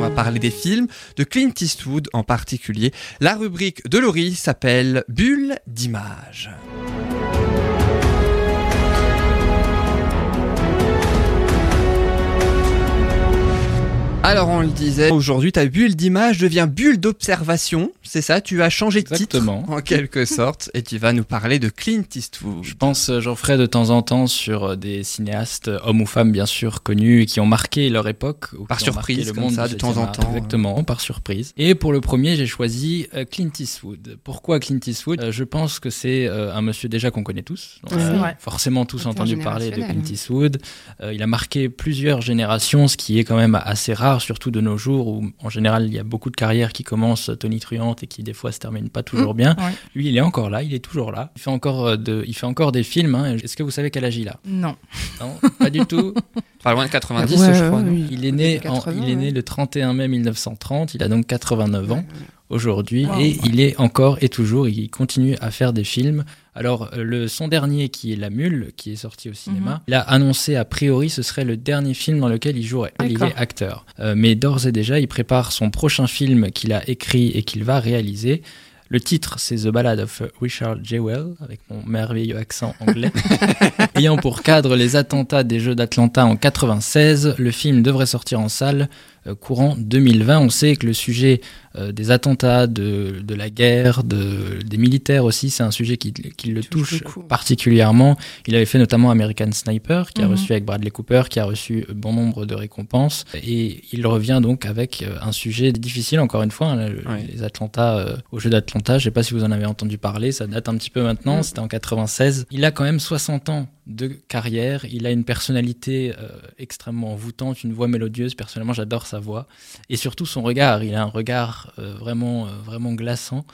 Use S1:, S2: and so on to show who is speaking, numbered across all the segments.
S1: va parler des films de Clint Eastwood en particulier. La rubrique de Laurie s'appelle Bulle d'images. Alors on le disait, aujourd'hui ta bulle d'image devient bulle d'observation, c'est ça, tu as changé de
S2: Exactement.
S1: titre en quelque sorte et tu vas nous parler de Clint Eastwood.
S2: Je pense, euh, j'en ferai de temps en temps sur euh, des cinéastes, euh, hommes ou femmes bien sûr, connus et qui ont marqué leur époque. Ou
S1: Par
S2: qui ont marqué
S1: surprise,
S2: le
S1: comme
S2: monde
S1: ça,
S2: du
S1: de temps en
S2: cinéma.
S1: temps, euh.
S2: Exactement, par surprise. Et pour le premier, j'ai choisi euh, Clint Eastwood. Pourquoi Clint Eastwood Euh, Je pense que c'est euh, un monsieur déjà qu'on connaît tous. Donc,
S3: Ouais.
S2: on a
S3: C'est vrai.
S2: Forcément tous entendu parler de
S3: Intergénérationnel.
S2: Clint Eastwood. Euh, il a marqué plusieurs générations, ce qui est quand même assez rare, surtout de nos jours où en général il y a beaucoup de carrières qui commencent tonitruantes et qui des fois se terminent pas toujours bien.
S3: ouais.
S2: Lui, il est encore là, il est toujours là. Il fait encore, euh, de, il fait encore des films. hein. Est-ce que vous savez quel âge il a
S3: Non.
S2: Non, pas du tout.
S1: Pas loin de 90
S3: Ouais,
S1: je crois.
S3: ouais,
S1: non
S3: oui.
S2: Il est né, en-
S3: 80,
S2: il est né
S3: ouais.
S2: le 31 mai 1930. Il a donc 89 ans aujourd'hui
S3: Wow.
S2: et il est encore et toujours, il continue à faire des films. Alors euh, le son dernier qui est La Mule, qui est sorti au cinéma,
S3: Mhm.
S2: il a annoncé a priori ce serait le dernier film dans lequel il jouerait. Il
S3: D'accord.
S2: est acteur, Euh, mais d'ores et déjà il prépare son prochain film qu'il a écrit et qu'il va réaliser. Le titre, c'est The Ballad of Richard Jewell, avec mon merveilleux accent anglais. Ayant pour cadre les attentats des Jeux d'Atlanta en 96, le film devrait sortir en salle euh, courant 2020. On sait que le sujet euh, des attentats, de, de la guerre, de, des militaires aussi, c'est un sujet qui, qui le
S3: Touche
S2: touche
S3: beaucoup.
S2: particulièrement. Il avait fait notamment American Sniper, qui a
S3: Mhm.
S2: reçu avec Bradley Cooper, qui a reçu euh, bon nombre de récompenses. Et il revient donc avec euh, un sujet difficile, encore une fois, hein, le-
S1: Ouais.
S2: les attentats, euh, aux Jeux d'Atlanta. Je sais pas si vous en avez entendu parler, ça date un petit peu maintenant,
S3: Mhm.
S2: c'était en 96. Il a quand même 60 ans de carrière, il a une personnalité euh, extrêmement envoûtante, une voix mélodieuse, personnellement j'adore sa voix et surtout son regard. Il a un regard euh, vraiment, euh, vraiment glaçant.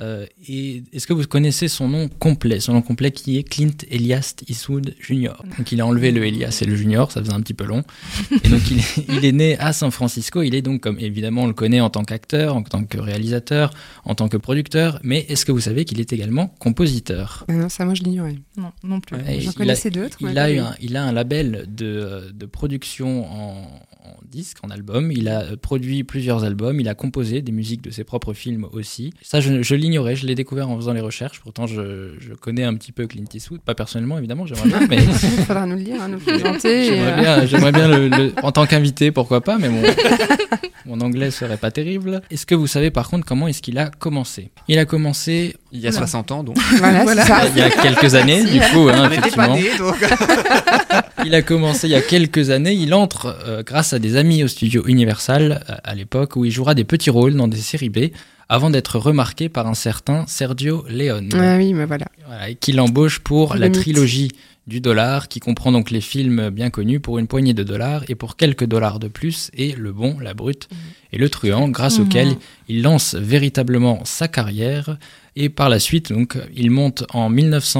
S2: Euh, et est-ce que vous connaissez son nom complet Son nom complet qui est Clint Elias Eastwood Jr. Donc il a enlevé le Elias et le Junior, ça faisait un petit peu long. Et donc il est, il est né à San Francisco. Il est donc, comme évidemment on le connaît en tant qu'acteur, en tant que réalisateur, en tant que producteur, mais est-ce que vous savez qu'il est également compositeur
S4: Ah non, ça, moi, je l'ignorais.
S3: Non, non plus.
S2: Ouais, il
S4: J'en
S2: a-
S4: connaissais d'autres.
S2: il
S4: mais
S2: a,
S4: pas
S2: eu
S4: lui.
S2: un, il a un label de, euh, de production en, en disque, en album. Il a euh, produit plusieurs albums. Il a composé des musiques de ses propres films aussi. Ça, je, je l'ignorais. Je l'ai découvert en faisant les recherches. Pourtant, je, je connais un petit peu Clint Eastwood. Pas personnellement, évidemment, j'aimerais bien, mais
S4: Il faudra nous le dire, hein, nous le présenter. et,
S2: j'aimerais
S4: euh,
S2: bien, j'aimerais bien le, le- en tant qu'invité, pourquoi pas, mais mon, mon anglais serait pas terrible. Est-ce que vous savez, par contre, comment est-ce qu'il a commencé Il a commencé
S1: Il y a 60 ans donc.
S4: Voilà, c'est ça.
S2: il y a quelques années, du coup, hein,
S1: On n'était pas
S2: effectivement.
S1: nés donc.
S2: Il a commencé il y a quelques années. Il entre euh, grâce à des amis au studio Universal euh, à l'époque où il jouera des petits rôles dans des séries B avant d'être remarqué par un certain Sergio Leone,
S4: Ah oui, mais voilà.
S2: Voilà, et qui l'embauche pour
S4: Le
S2: la
S4: mythe.
S2: trilogie du dollar, qui comprend donc les films bien connus pour une poignée de dollars et pour quelques dollars de plus, et Le Bon, la Brute et le Truand, grâce
S3: Mhm.
S2: auquel il lance véritablement sa carrière. Et par la suite, donc, il monte en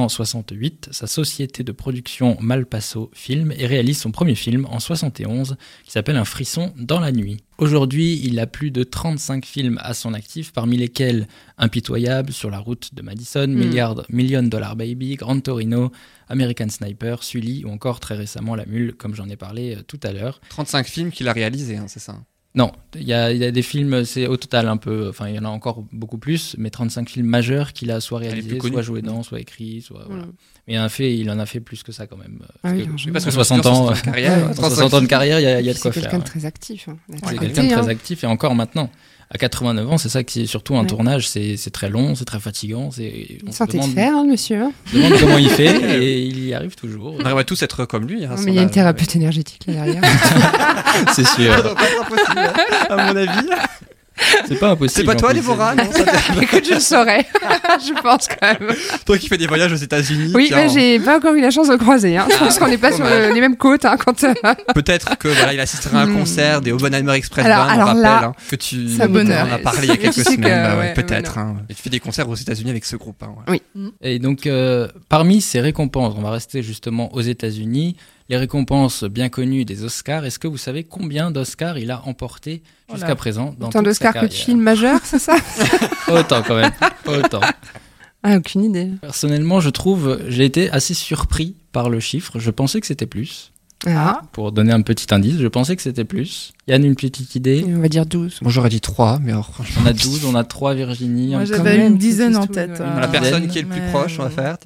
S2: 1968 sa société de production Malpasso Film et réalise son premier film en 71 qui s'appelle Un frisson dans la nuit. Aujourd'hui, il a plus de 35 films à son actif, parmi lesquels Impitoyable, Sur la route de Madison,
S4: Hmm.
S2: Milliard, Million Dollar Baby, Grand Torino, American Sniper, Sully ou encore très récemment La Mule, comme j'en ai parlé euh, tout à l'heure.
S1: 35 films qu'il a réalisés, hein, c'est ça.
S2: Non, il y, a il y a des films, c'est au total un peu, enfin il y en a encore beaucoup plus, mais 35 films majeurs qu'il a soit
S1: les plus
S2: réalisé,
S1: connus.
S2: soit joué dans, soit écrit, soit voilà.
S4: Mm.
S2: Mais en fait, il en a fait plus que ça quand même.
S4: Ah oui,
S2: que-
S4: oui,
S1: Oui, parce que
S2: 60
S1: sur
S2: ans, euh,
S1: 60 de carrière,
S2: en 60 ans de carrière, il y a, il y a de
S4: C'est
S2: quoi
S4: quelqu'un
S2: faire.
S4: de très actif. hein, là-dessus.
S2: C'est
S4: À
S2: quelqu'un de
S4: côté,
S2: très
S4: hein.
S2: actif et encore maintenant. À 89 ans, c'est ça qui est surtout un
S4: Ouais.
S2: tournage, c'est c'est très long, c'est très fatigant, c'est on
S4: Une
S2: se
S4: santé de
S2: demande, Ah,
S4: fer, hein, monsieur. hein.
S2: demande comment il fait et il y arrive toujours.
S1: On va tous être comme lui. hein,
S4: Non,
S1: si
S4: mais
S1: on
S4: il y a
S1: a-
S4: une thérapeute énergétique là derrière.
S2: C'est sûr,
S1: Non, pas trop possible, hein, à mon avis.
S2: c'est pas impossible.
S1: C'est pas
S2: en
S1: toi,
S2: plus,
S1: Déborah,
S2: c'est-
S1: non ça,
S4: Écoute, je le saurais. je pense quand même.
S1: c'est Toi qui fais des voyages aux États-Unis.
S4: Oui,
S1: tiens,
S4: mais j'ai pas encore eu la chance de le croiser.
S2: Ah,
S4: hein. Je pense qu'on n'est pas sur
S1: dommage.
S4: euh, les mêmes côtes hein, quand euh,
S1: Peut-être que voilà, il assistera à un
S4: Hmm.
S1: concert des Oppenheimer Express
S4: Alors-
S1: Band, on
S4: alors
S1: rappelle,
S4: là,
S1: hein, que tu
S4: ça
S1: on en a
S4: m'énerve.
S1: parlé il y a
S4: Tu
S1: quelques
S4: sais
S1: semaines,
S4: que,
S1: bah ouais,
S4: ouais,
S1: peut-être. hein. Et tu fais des concerts aux États-Unis avec ce groupe. hein, voilà.
S2: Et donc, euh, parmi ces récompenses, on va rester justement aux États-Unis, les récompenses bien connues des Oscars. Est-ce que vous savez combien d'Oscars il a emporté
S3: Oh là.
S2: jusqu'à présent dans toute
S4: autant
S2: sa
S4: d'Oscar que de
S2: carrière
S4: films majeurs, c'est ça
S2: Autant quand même, autant.
S4: Ah, aucune idée.
S2: Personnellement, je trouve, j'ai été assez surpris par le chiffre. Je pensais que c'était plus.
S4: Ah,
S2: Pour donner un petit indice, je pensais que c'était plus. Yann, une petite idée
S4: on va dire 12.
S1: Bon, j'aurais dit 3, mais alors, franchement.
S2: On a 12, on a 3 Virginie.
S3: Moi,
S2: un-
S4: quand
S3: j'avais
S4: même,
S3: une dizaine en
S4: c'est
S3: tête.
S4: tout, ouais.
S3: hein.
S1: La
S2: Ah,
S1: personne
S2: Zen.
S1: qui est le plus
S3: Mais,
S1: proche, on va
S3: ouais.
S1: faire.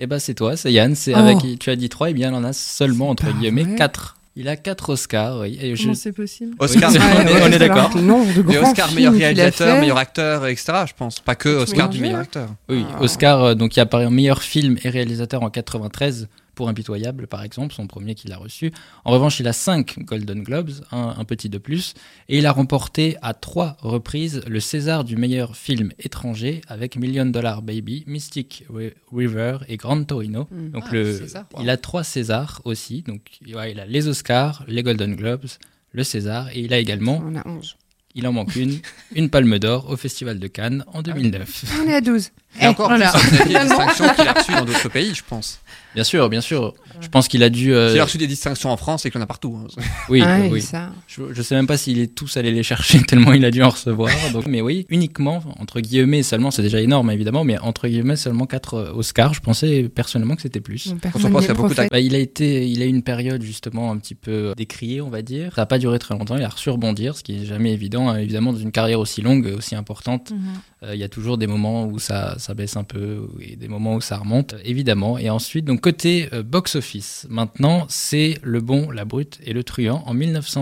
S2: Eh ben c'est toi, c'est Yann, c'est
S4: Oh.
S2: avec tu as dit 3 et bien il en a seulement entre
S4: pas
S2: guillemets
S4: vrai.
S2: 4. Il a 4 Oscars, oui. Et je-
S3: Comment c'est possible
S1: Oscar,
S2: Oui,
S1: on est-
S2: c'est- on est
S4: Alors,
S2: d'accord.
S4: le nombre de
S1: Mais
S4: grands
S1: Oscar,
S4: films
S1: meilleur
S4: qu'il a
S1: réalisateur,
S4: fait.
S1: meilleur acteur, etc. Je pense pas que Oscar du
S4: mélangé,
S1: meilleur
S4: hein.
S1: acteur.
S2: oui,
S4: Ah.
S2: Oscar euh, donc il apparaît en meilleur film et réalisateur en 93 pour Impitoyable par exemple, son premier qu'il a reçu. En revanche, il a 5 Golden Globes, un, un petit de plus et il a remporté à 3 reprises le César du meilleur film étranger avec Million Dollar Baby, Mystic Ri- River et Grand Torino.
S4: Mm.
S2: Donc
S1: Ah,
S2: le,
S1: César, wow.
S2: il a trois Césars aussi. Donc ouais, il a les Oscars, les Golden Globes, le César et il a également,
S4: On a 11.
S2: il en manque une, une Palme d'Or au Festival de Cannes en 2009.
S4: On est à 12.
S1: Et encore
S3: voilà.
S1: plus, il a des distinctions qu'il a reçues dans d'autres pays, je pense.
S2: Bien sûr, bien sûr. Je pense qu'il a dû. euh,
S1: S'il a reçu des distinctions en France, et qu'il y en a partout. hein.
S2: oui,
S4: Ah,
S2: oui.
S4: et ça.
S2: Je, je sais même pas s'il est tous allé les chercher tellement il a dû en recevoir. Donc, mais oui, uniquement entre guillemets seulement, c'est déjà énorme évidemment, mais entre guillemets seulement quatre euh, Oscars. Je pensais personnellement que c'était plus.
S4: Mon
S1: Quand on pense qu'il y a beaucoup
S4: prophète.
S2: Bah, il a été, il a eu une période justement un petit peu euh, décriée, on va dire. Ça n'a pas duré très longtemps. Il a reçu rebondir, ce qui est jamais évident, hein, évidemment, dans une carrière aussi longue, et aussi importante.
S3: Mhm.
S2: Euh, il y a toujours des moments où ça, ça baisse un peu et des moments où ça remonte, euh, évidemment. Et ensuite, donc côté euh, box-office, maintenant, c'est Le Bon, la Brute et le Truand en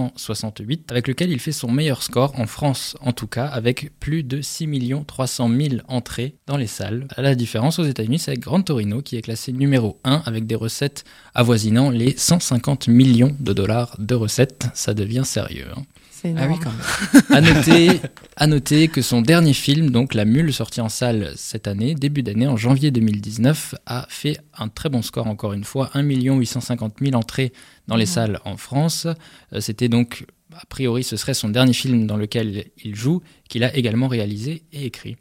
S2: 1968, avec lequel il fait son meilleur score, en France en tout cas, avec plus de 6 300 000 entrées dans les salles. À la différence, aux États-Unis, c'est Grand Torino qui est classé numéro 1 avec des recettes avoisinant les 150 millions de dollars de recettes. Ça devient sérieux. hein.
S3: C'est énorme.
S1: quand même.
S2: À noter, à noter que son dernier film, donc La Mule, sorti en salle cette année, début d'année, en janvier 2019, a fait un très bon score, encore une fois, 1 850 000 entrées dans les
S4: Mmh.
S2: salles en France. Euh, C'était donc, a priori, ce serait son dernier film dans lequel il joue, qu'il a également réalisé et écrit.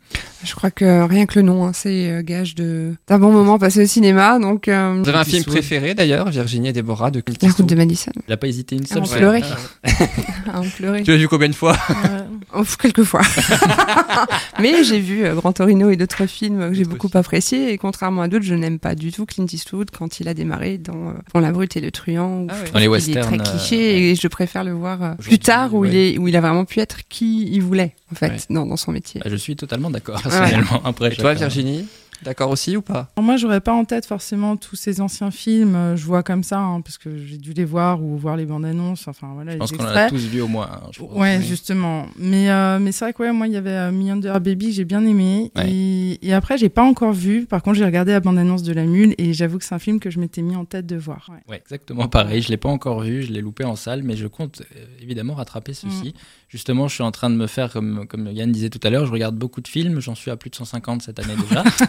S4: Je crois que rien que le nom, hein, c'est euh, gage de d'un bon moment passé au cinéma. Donc, euh,
S1: Vous avez un film
S2: Petit
S1: préféré d'ailleurs, Virginie et Déborah de Clint
S4: la route
S1: Eastwood
S4: de Madison.
S2: Il n'a pas hésité une
S4: Ah,
S2: seule
S4: on
S2: fois.
S4: pleurait.
S1: Ouais.
S4: Ah, on pleurait.
S1: Tu l'as vu combien de fois
S3: Ouais.
S4: Ouf, quelquefois. Oh, Mais j'ai vu euh, Grand Torino et d'autres films que j'ai beaucoup appréciés. Et contrairement à d'autres, je n'aime pas du tout Clint Eastwood quand il a démarré dans euh, Dans la brute et le truand. où
S1: Ah
S4: je
S1: ouais.
S4: trouve
S2: Dans les
S4: qu'il
S2: westerns,
S4: est
S2: euh,
S4: très cliché et je préfère le voir euh, plus
S2: Aujourd'hui,
S4: tard où, il
S2: ouais.
S4: est, où il a vraiment pu être qui il voulait, en fait,
S1: Ouais.
S4: dans, dans son métier.
S2: Bah, Je suis totalement d'accord,
S4: Ouais.
S2: personnellement. Après,
S1: Et toi,
S2: chacun.
S1: Virginie D'accord aussi ou pas
S3: Alors Moi, j'aurais pas en tête forcément tous ces anciens films. euh, Je vois comme ça, hein, parce que j'ai dû les voir ou voir les bandes annonces. Enfin voilà,
S2: Je
S3: les
S2: pense qu'on en a
S3: extraits.
S2: tous vu au moins. hein, je pense.
S3: Ouais, justement. Mais, euh, mais c'est vrai que ouais, moi, il y avait euh, Million Dollar Baby que j'ai bien aimé.
S2: Ouais.
S3: Et, et après, j'ai pas encore vu. Par contre, j'ai regardé la bande-annonce de La Mule et j'avoue que c'est un film que je m'étais mis en tête de voir. Ouais.
S2: Ouais, exactement pareil. Je l'ai pas encore vu, je l'ai loupé en salle, mais je compte euh, évidemment rattraper ceci. Justement, je suis en train de me faire, comme, comme Yann disait tout à l'heure, je regarde beaucoup de films, j'en suis à plus de 150 cette année déjà.
S4: Ça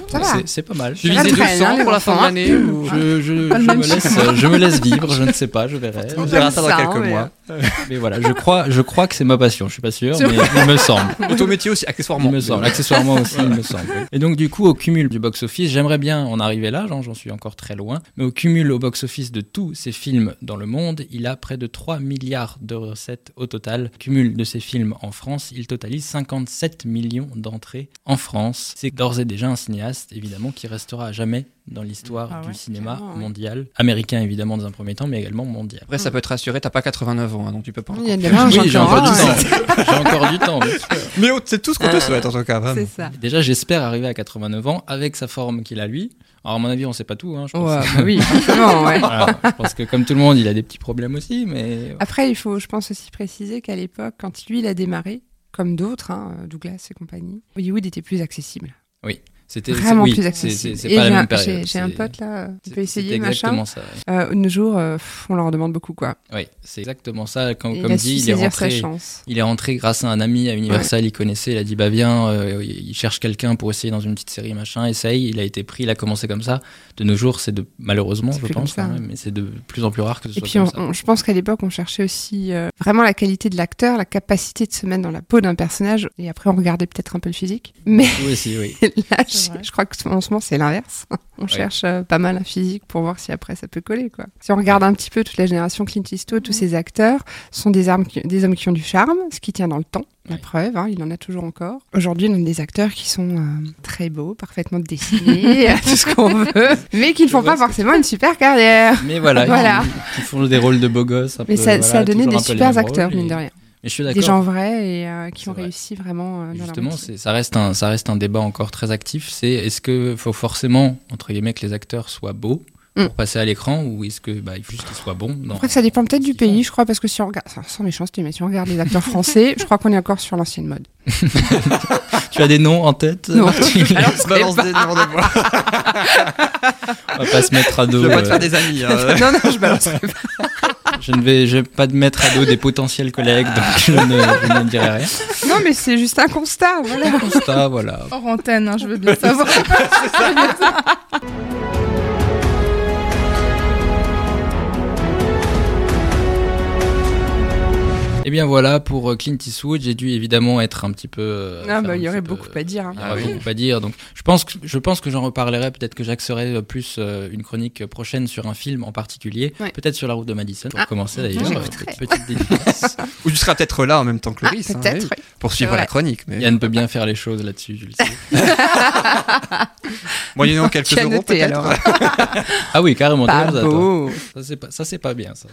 S2: Donc,
S4: va.
S2: c'est- C'est pas mal.
S1: Tu
S4: Ça
S1: visais
S4: traîne, hein,
S1: 200
S4: les
S1: pour la fin de
S4: enfants, hein.
S1: l'année ou-
S2: Je, je- je
S3: Pas le même
S2: me laisse, je me laisse vivre, je ne sais pas, je verrai.
S1: euh, On verra ça dans
S4: Ça,
S1: quelques
S4: on
S1: mois.
S4: verra.
S2: Mais voilà, je crois, je crois que c'est ma passion, je suis pas sûr,
S3: C'est
S2: mais il me semble.
S1: Et ton métier aussi, accessoirement.
S2: Il me semble, accessoirement aussi, il me semble. Et donc, du coup, au cumul du box-office, j'aimerais bien en arriver là, genre, j'en suis encore très loin, mais au cumul au box-office de tous ces films dans le monde, il a près de 3 milliards de recettes au total. Cumul de ces films en France, il totalise 57 millions d'entrées en France. C'est d'ores et déjà un cinéaste, évidemment, qui restera à jamais dans l'histoire
S3: Ah ouais,
S2: du cinéma
S4: clairement, ouais.
S2: mondial, américain évidemment dans un premier temps, mais également mondial.
S1: Après, ça peut te rassurer, t'as pas 89 ans, hein, donc tu peux pas.
S4: Il y a
S1: encore-
S4: de la marge
S2: oui, j'ai encore
S4: encore.
S2: du
S4: hein.
S2: temps. J'ai encore du temps. bien sûr.
S1: Mais oh, c'est tout ce qu'on te souhaite en tout cas. vraiment.
S4: C'est ça.
S2: Déjà, j'espère arriver à 89 ans avec sa forme qu'il a lui. Alors, à mon avis, on sait pas tout. hein, je, pense.
S4: Ouais, bah oui, forcément, ouais.
S2: Voilà, je pense que, comme tout le monde, il a des petits problèmes aussi, mais.
S4: Après, il faut, je pense aussi préciser qu'à l'époque, quand lui, il a démarré, comme d'autres, hein, Douglas et compagnie, Hollywood était plus accessible.
S2: C'était c'est-
S4: Vraiment
S2: oui,
S4: plus
S2: c'est-
S4: accessible.
S2: c'est-
S4: Et
S2: C'est pas la
S4: j'ai un-
S2: même période.
S4: j'ai- J'ai un
S2: c'est-
S4: pote là, euh, tu
S2: c'est-
S4: peux essayer,
S2: c'est
S4: machin.
S2: exactement ça. ouais.
S4: Euh, de nos jours, euh, pff, on leur demande beaucoup, quoi.
S2: Oui, c'est exactement ça. Comme,
S4: Et
S2: comme
S4: il a
S2: dit,
S4: su
S2: il est
S4: saisir sa
S2: rentré.
S4: chance.
S2: Il est rentré grâce à un ami à Universal, il connaissait, il a dit bah viens, euh, il cherche quelqu'un pour essayer dans une petite série machin, essaye, il a été pris, il a commencé comme ça. De nos jours, c'est de malheureusement,
S4: C'est
S2: je
S4: plus comme
S2: pense,
S4: ça,
S2: hein,
S4: hein.
S2: mais c'est de plus en plus rare que ce
S4: Et
S2: soit
S4: puis,
S2: comme
S4: on-
S2: ça.
S4: on- je pense qu'à l'époque, on cherchait aussi euh, vraiment la qualité de l'acteur, la capacité de se mettre dans la peau d'un personnage. Et après, on regardait peut-être un peu le physique. Mais
S2: Oui, si, oui.
S4: là, je
S3: c'est vrai.
S4: Je crois que en ce moment, c'est l'inverse. On cherche euh, pas mal un physique pour voir si après ça peut coller. Quoi. Si on regarde un petit peu toute la génération Clint Eastwood, tous ces acteurs sont des, armes qui- des hommes qui ont du charme, ce qui tient dans le temps. La
S2: Ouais.
S4: preuve, hein, il en a toujours encore. Aujourd'hui, on a des acteurs qui sont euh, très beaux, parfaitement dessinés, tout ce qu'on veut, mais qui ne
S2: Je
S4: font
S2: vois
S4: pas
S2: ce que
S4: forcément une super carrière.
S2: Mais voilà,
S4: Voilà.
S2: Ils, ils font des rôles de beaux gosses. un
S4: Mais
S2: peu,
S4: ça,
S2: Euh, voilà,
S4: ça a donné
S2: toujours
S4: des
S2: un peu les
S4: super
S2: mêmes
S4: acteurs,
S2: rôles,
S4: mine
S2: et-
S4: de rien.
S2: Mais je suis
S4: Des
S2: d'accord.
S4: gens vrais et euh, qui
S2: C'est
S4: ont
S2: vrai.
S4: réussi vraiment. euh, dans leur
S2: Justement, c'est-
S4: métier.
S2: ça reste, un, ça reste un débat encore très actif. C'est est-ce que faut forcément, entre guillemets, que les acteurs soient beaux
S4: Mm.
S2: pour passer à l'écran ou est-ce que bah, il faut juste qu'ils soient bons dans-
S4: Après, ça dépend peut-être du
S2: dans ce qu'ils
S4: pays, je crois, parce que si on regarde, enfin, sans méchanceté, mais si on regarde les acteurs français, je crois qu'on est encore sur l'ancienne mode.
S2: font. Tu as des noms en tête
S4: Non.
S2: Martine
S1: Alors, se balance des noms de moi.
S2: On va pas se mettre à
S1: Je
S2: dos.
S1: veux pas
S2: euh,
S1: te faire des amis. hein.
S4: non, non, je balance.
S2: je ne vais, je vais pas te mettre à dos des potentiels collègues, donc je ne, je ne dirai rien.
S4: non, mais c'est juste un constat, voilà.
S2: Constat, voilà.
S3: Hors antenne, hein, je veux bien savoir.
S2: Et bien voilà pour euh, Clint Eastwood. J'ai dû évidemment être un petit peu. euh,
S4: Ah,
S2: faire
S4: bah,
S2: un
S4: il y
S2: petit
S4: aurait
S2: peu-
S4: beaucoup à dire. hein.
S2: Il y
S1: Ah
S2: aura
S1: oui.
S2: beaucoup à dire. Donc, je pense que je pense que j'en reparlerai. Peut-être que j'axerai euh, plus euh, une chronique prochaine sur un film en particulier.
S4: Ouais.
S2: Peut-être sur La Route de Madison pour
S4: Ah.
S2: commencer d'ailleurs.
S4: J'écouterai.
S2: euh, petite dédicace.
S1: Ou tu seras peut-être là en même temps que
S4: Ah,
S1: Loris. hein,
S4: peut-être,
S1: oui,
S4: oui.
S1: Pour suivre
S4: C'est vrai.
S1: la chronique. Mais...
S2: Yann peut bien faire les choses là-dessus. Je le sais.
S1: Moyennant quelques
S4: Tu as
S1: euros
S4: noté,
S1: peut-être.
S4: alors.
S2: Ah oui, carrément. t'as
S4: Pas
S2: raison, toi.
S4: beau.
S2: Ça c'est pas, ça c'est pas bien ça.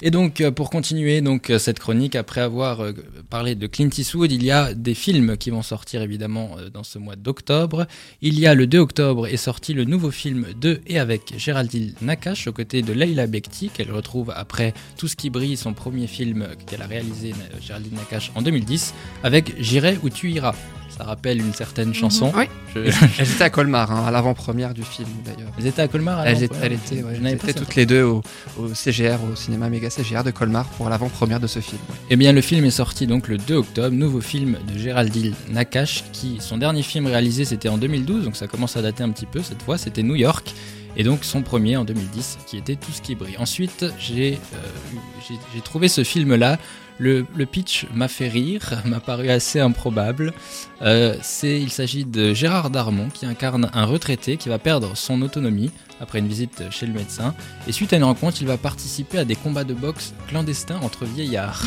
S2: Et donc euh, pour continuer donc euh, cette chronique après avoir euh, parlé de Clint Eastwood, il y a des films qui vont sortir évidemment euh, dans ce mois d'octobre. Il y a le 2 octobre est sorti le nouveau film de et avec Géraldine Nakache aux côtés de Leila Bekti qu'elle retrouve après Tout ce qui brille, son premier film qu'elle a réalisé euh, Géraldine Nakache en 2010 avec J'irai où tu iras. Ça rappelle une
S1: Mhm.
S2: certaine chanson.
S4: Oui.
S2: Je-
S1: Elles étaient à Colmar, hein, à l'avant-première du film d'ailleurs.
S2: Elles étaient à Colmar.
S4: Ah,
S2: alors,
S1: Elles
S4: bah,
S1: étaient,
S2: voilà.
S1: elles étaient, ouais,
S2: Je
S1: elles
S2: n'avais pas
S1: étaient
S2: ça.
S1: toutes les deux au, au CGR, au cinéma méga CGR de Colmar pour l'avant-première de ce film.
S2: Eh bien, le film est sorti donc le 2 octobre, nouveau film de Géraldine Nakache, qui son dernier film réalisé c'était en 2012, donc ça commence à dater un petit peu cette fois, c'était New York, et donc son premier en 2010 qui était Tout ce qui brille. Ensuite, j'ai euh, eu- j'ai- j'ai trouvé ce film-là, le, le pitch m'a fait rire, m'a paru assez improbable. Euh, c'est- il s'agit de Gérard Darmon qui incarne un retraité qui va perdre son autonomie après une visite chez le médecin, et suite à une rencontre, il va participer à des combats de boxe clandestins entre vieillards.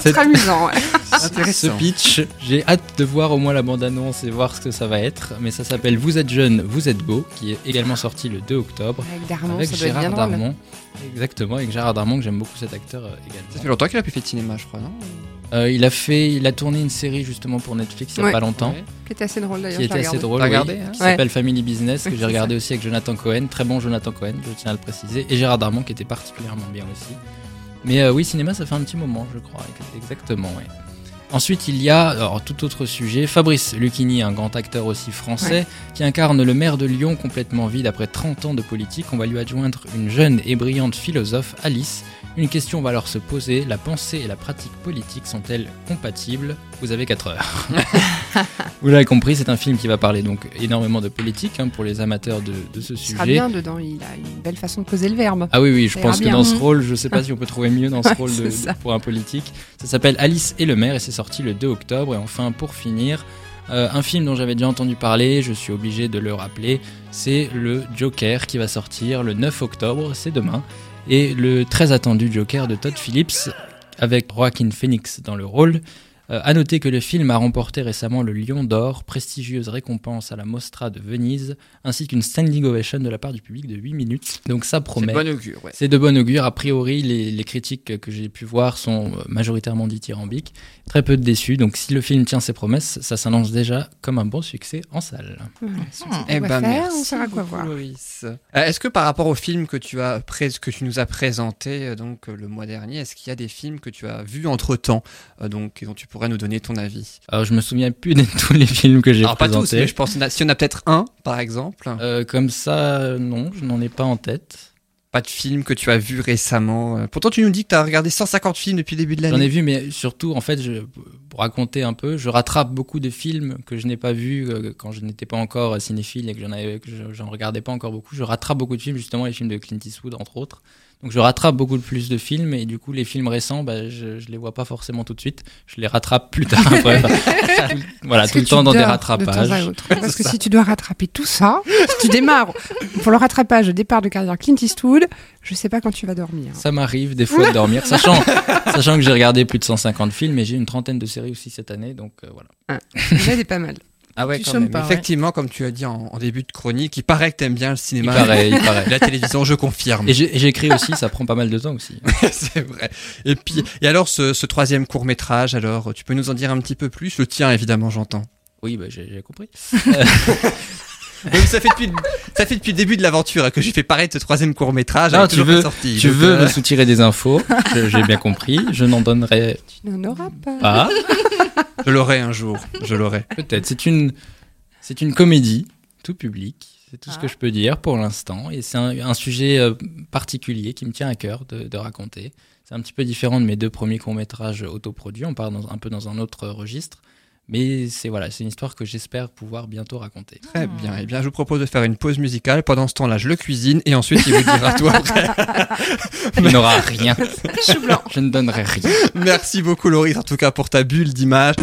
S4: C'est très amusant. ouais.
S2: Ce
S1: Intéressant.
S2: pitch, j'ai hâte de voir au moins la bande-annonce et voir ce que ça va être. Mais ça s'appelle Vous êtes jeune, vous êtes beau, qui est également sorti le 2 octobre
S4: Avec Darmon,
S2: avec
S4: Ah ça doit être bien
S2: Gérard
S4: drôle.
S2: Darmon. Exactement, avec Gérard Darmon, que j'aime beaucoup cet acteur euh,
S1: Ça
S2: également.
S1: fait longtemps qu'il a plus fait de cinéma, je crois, non
S2: Euh, il a fait, il a tourné une série justement pour Netflix il y a
S4: Ouais.
S2: pas longtemps,
S1: Ouais.
S4: Qui était assez drôle d'ailleurs.
S2: qui
S4: je l'ai
S2: était assez
S4: regardé.
S2: drôle,
S1: T'as
S2: oui,
S1: regardé, hein
S2: qui
S4: Ouais.
S2: s'appelle Family Business que
S4: C'est
S2: j'ai
S4: ça.
S2: regardé aussi avec Jonathan Cohen, très bon Jonathan Cohen, je tiens à le préciser, et Gérard Darmon qui était particulièrement bien aussi. Mais euh, oui, cinéma, ça fait un petit moment, je crois. ex- Exactement, oui. Ensuite, il y a, alors, tout autre sujet, Fabrice Lucchini, un grand acteur aussi français, qui incarne le maire de Lyon complètement vide après 30 ans de politique. On va lui adjoindre une jeune et brillante philosophe, Alice. Une question va alors se poser, la pensée et la pratique politique sont-elles compatibles Vous avez 4 heures. Vous l'avez compris, c'est un film qui va parler donc énormément de politique hein, pour les amateurs de, de ce
S4: Il sera
S2: sujet.
S4: bien dedans, il a une belle façon de poser le verbe.
S2: Ah oui, oui, je
S4: Ça
S2: pense
S4: ira
S2: que
S4: bien.
S2: dans ce rôle, je sais pas si on peut trouver mieux dans ce
S4: Ouais,
S2: rôle de-
S4: c'est ça.
S2: pour un politique. Ça s'appelle Alice et le maire et c'est sorti le 2 octobre. Et enfin, pour finir, euh, un film dont j'avais déjà entendu parler, je suis obligé de le rappeler, c'est le Joker qui va sortir le 9 octobre, c'est demain. Et le très attendu Joker de Todd Phillips avec Joaquin Phoenix dans le rôle. Euh, à noter que le film a remporté récemment le Lion d'Or, prestigieuse récompense à la Mostra de Venise, ainsi qu'une standing ovation de la part du public de 8 minutes. Donc ça
S1: C'est de
S2: promet.
S1: bon augure, ouais.
S2: C'est de bon augure. A priori, les, les critiques que j'ai pu voir sont euh, majoritairement dithyrambiques. Très peu de déçus. Donc, si le film tient ses promesses, ça s'annonce déjà comme un bon succès en salle.
S1: Eh
S4: va
S1: ben,
S4: faire,
S1: merci
S4: on saura quoi voir.
S1: Loris. Euh, Est-ce que par rapport au film que tu as pré- que tu nous as présenté euh, donc euh, le mois dernier, est-ce qu'il y a des films que tu as vus entre temps donc et dont tu pourrais nous donner ton avis
S2: Alors, je me souviens plus de tous les films que j'ai
S1: Alors pas tous, mais
S2: présentés.
S1: je pense qu'il y en a- si on a peut-être un par exemple,
S2: Euh, comme ça, euh, non, je n'en ai pas en tête.
S1: pas de film que tu as vu récemment. euh, Pourtant tu nous dis que tu as regardé 150 films depuis le début de
S2: J'en ai
S1: l'année.
S2: vu, mais surtout, en fait, je, pour raconter un peu, je rattrape beaucoup de films que je n'ai pas vus euh, quand je n'étais pas encore cinéphile et que j'en avais- que je- j'en regardais pas encore beaucoup. Je rattrape beaucoup de films, justement les films de Clint Eastwood, entre autres. Donc je rattrape beaucoup plus de films et du coup les films récents, bah, je, je les vois pas forcément tout de suite. Je les rattrape plus tard. après. Tout- voilà,
S4: Parce
S2: tout
S4: que
S2: le
S4: tu
S2: temps dans des
S4: dors de
S2: rattrapages.
S4: temps à autre. Parce que si tu dois rattraper tout ça, si tu démarres pour le rattrapage au départ de carrière Clint Eastwood, je sais pas quand tu vas dormir.
S2: Ça m'arrive des fois de dormir, sachant, sachant que j'ai regardé plus de 150 films et j'ai une trentaine de séries aussi cette année, donc euh, voilà.
S4: Là, il est pas mal.
S1: Ah ouais,
S3: Tu
S1: quand
S3: chômes
S1: même.
S3: pas, ouais.
S1: Effectivement, comme tu as dit en, en début de chronique, il paraît que t'aimes bien le
S2: Il
S1: cinéma.
S2: paraît, il paraît.
S1: La télévision, je confirme.
S2: Et j'ai- et j'écris aussi, ça prend pas mal de temps aussi.
S1: C'est vrai. Et puis, et alors ce, ce troisième court métrage, alors tu peux nous en dire un petit peu plus Le tien, évidemment, j'entends.
S2: Oui, bah, j'ai j'ai compris.
S1: Oui, mais ça fait depuis, le- ça fait depuis le début de l'aventure hein, que j'ai fait pareil de ce troisième court métrage.
S2: Non, tu veux-
S1: sorti,
S2: Tu
S1: Donc,
S2: veux
S1: euh,
S2: me soutirer des infos, je- j'ai bien compris, je n'en donnerai
S4: Tu n'en auras pas.
S2: pas.
S1: Je l'aurai un jour. Je l'aurai.
S2: Peut-être. C'est une, c'est une comédie, tout public. C'est tout ce que
S3: Ah.
S2: je peux dire pour l'instant. Et c'est un, un sujet euh, particulier qui me tient à cœur de, de raconter. C'est un petit peu différent de mes deux premiers courts-métrages autoproduits. On part dans- un peu dans un autre euh, registre. Mais c'est voilà, c'est une histoire que j'espère pouvoir bientôt raconter.
S1: Très bien. Eh bien, je vous propose de faire une pause musicale. Pendant ce temps-là, je le cuisine et ensuite il vous dira tout après.
S2: Il n'aura rien. Je ne donnerai rien.
S1: Merci beaucoup, Laurie, en tout cas pour ta bulle d'image.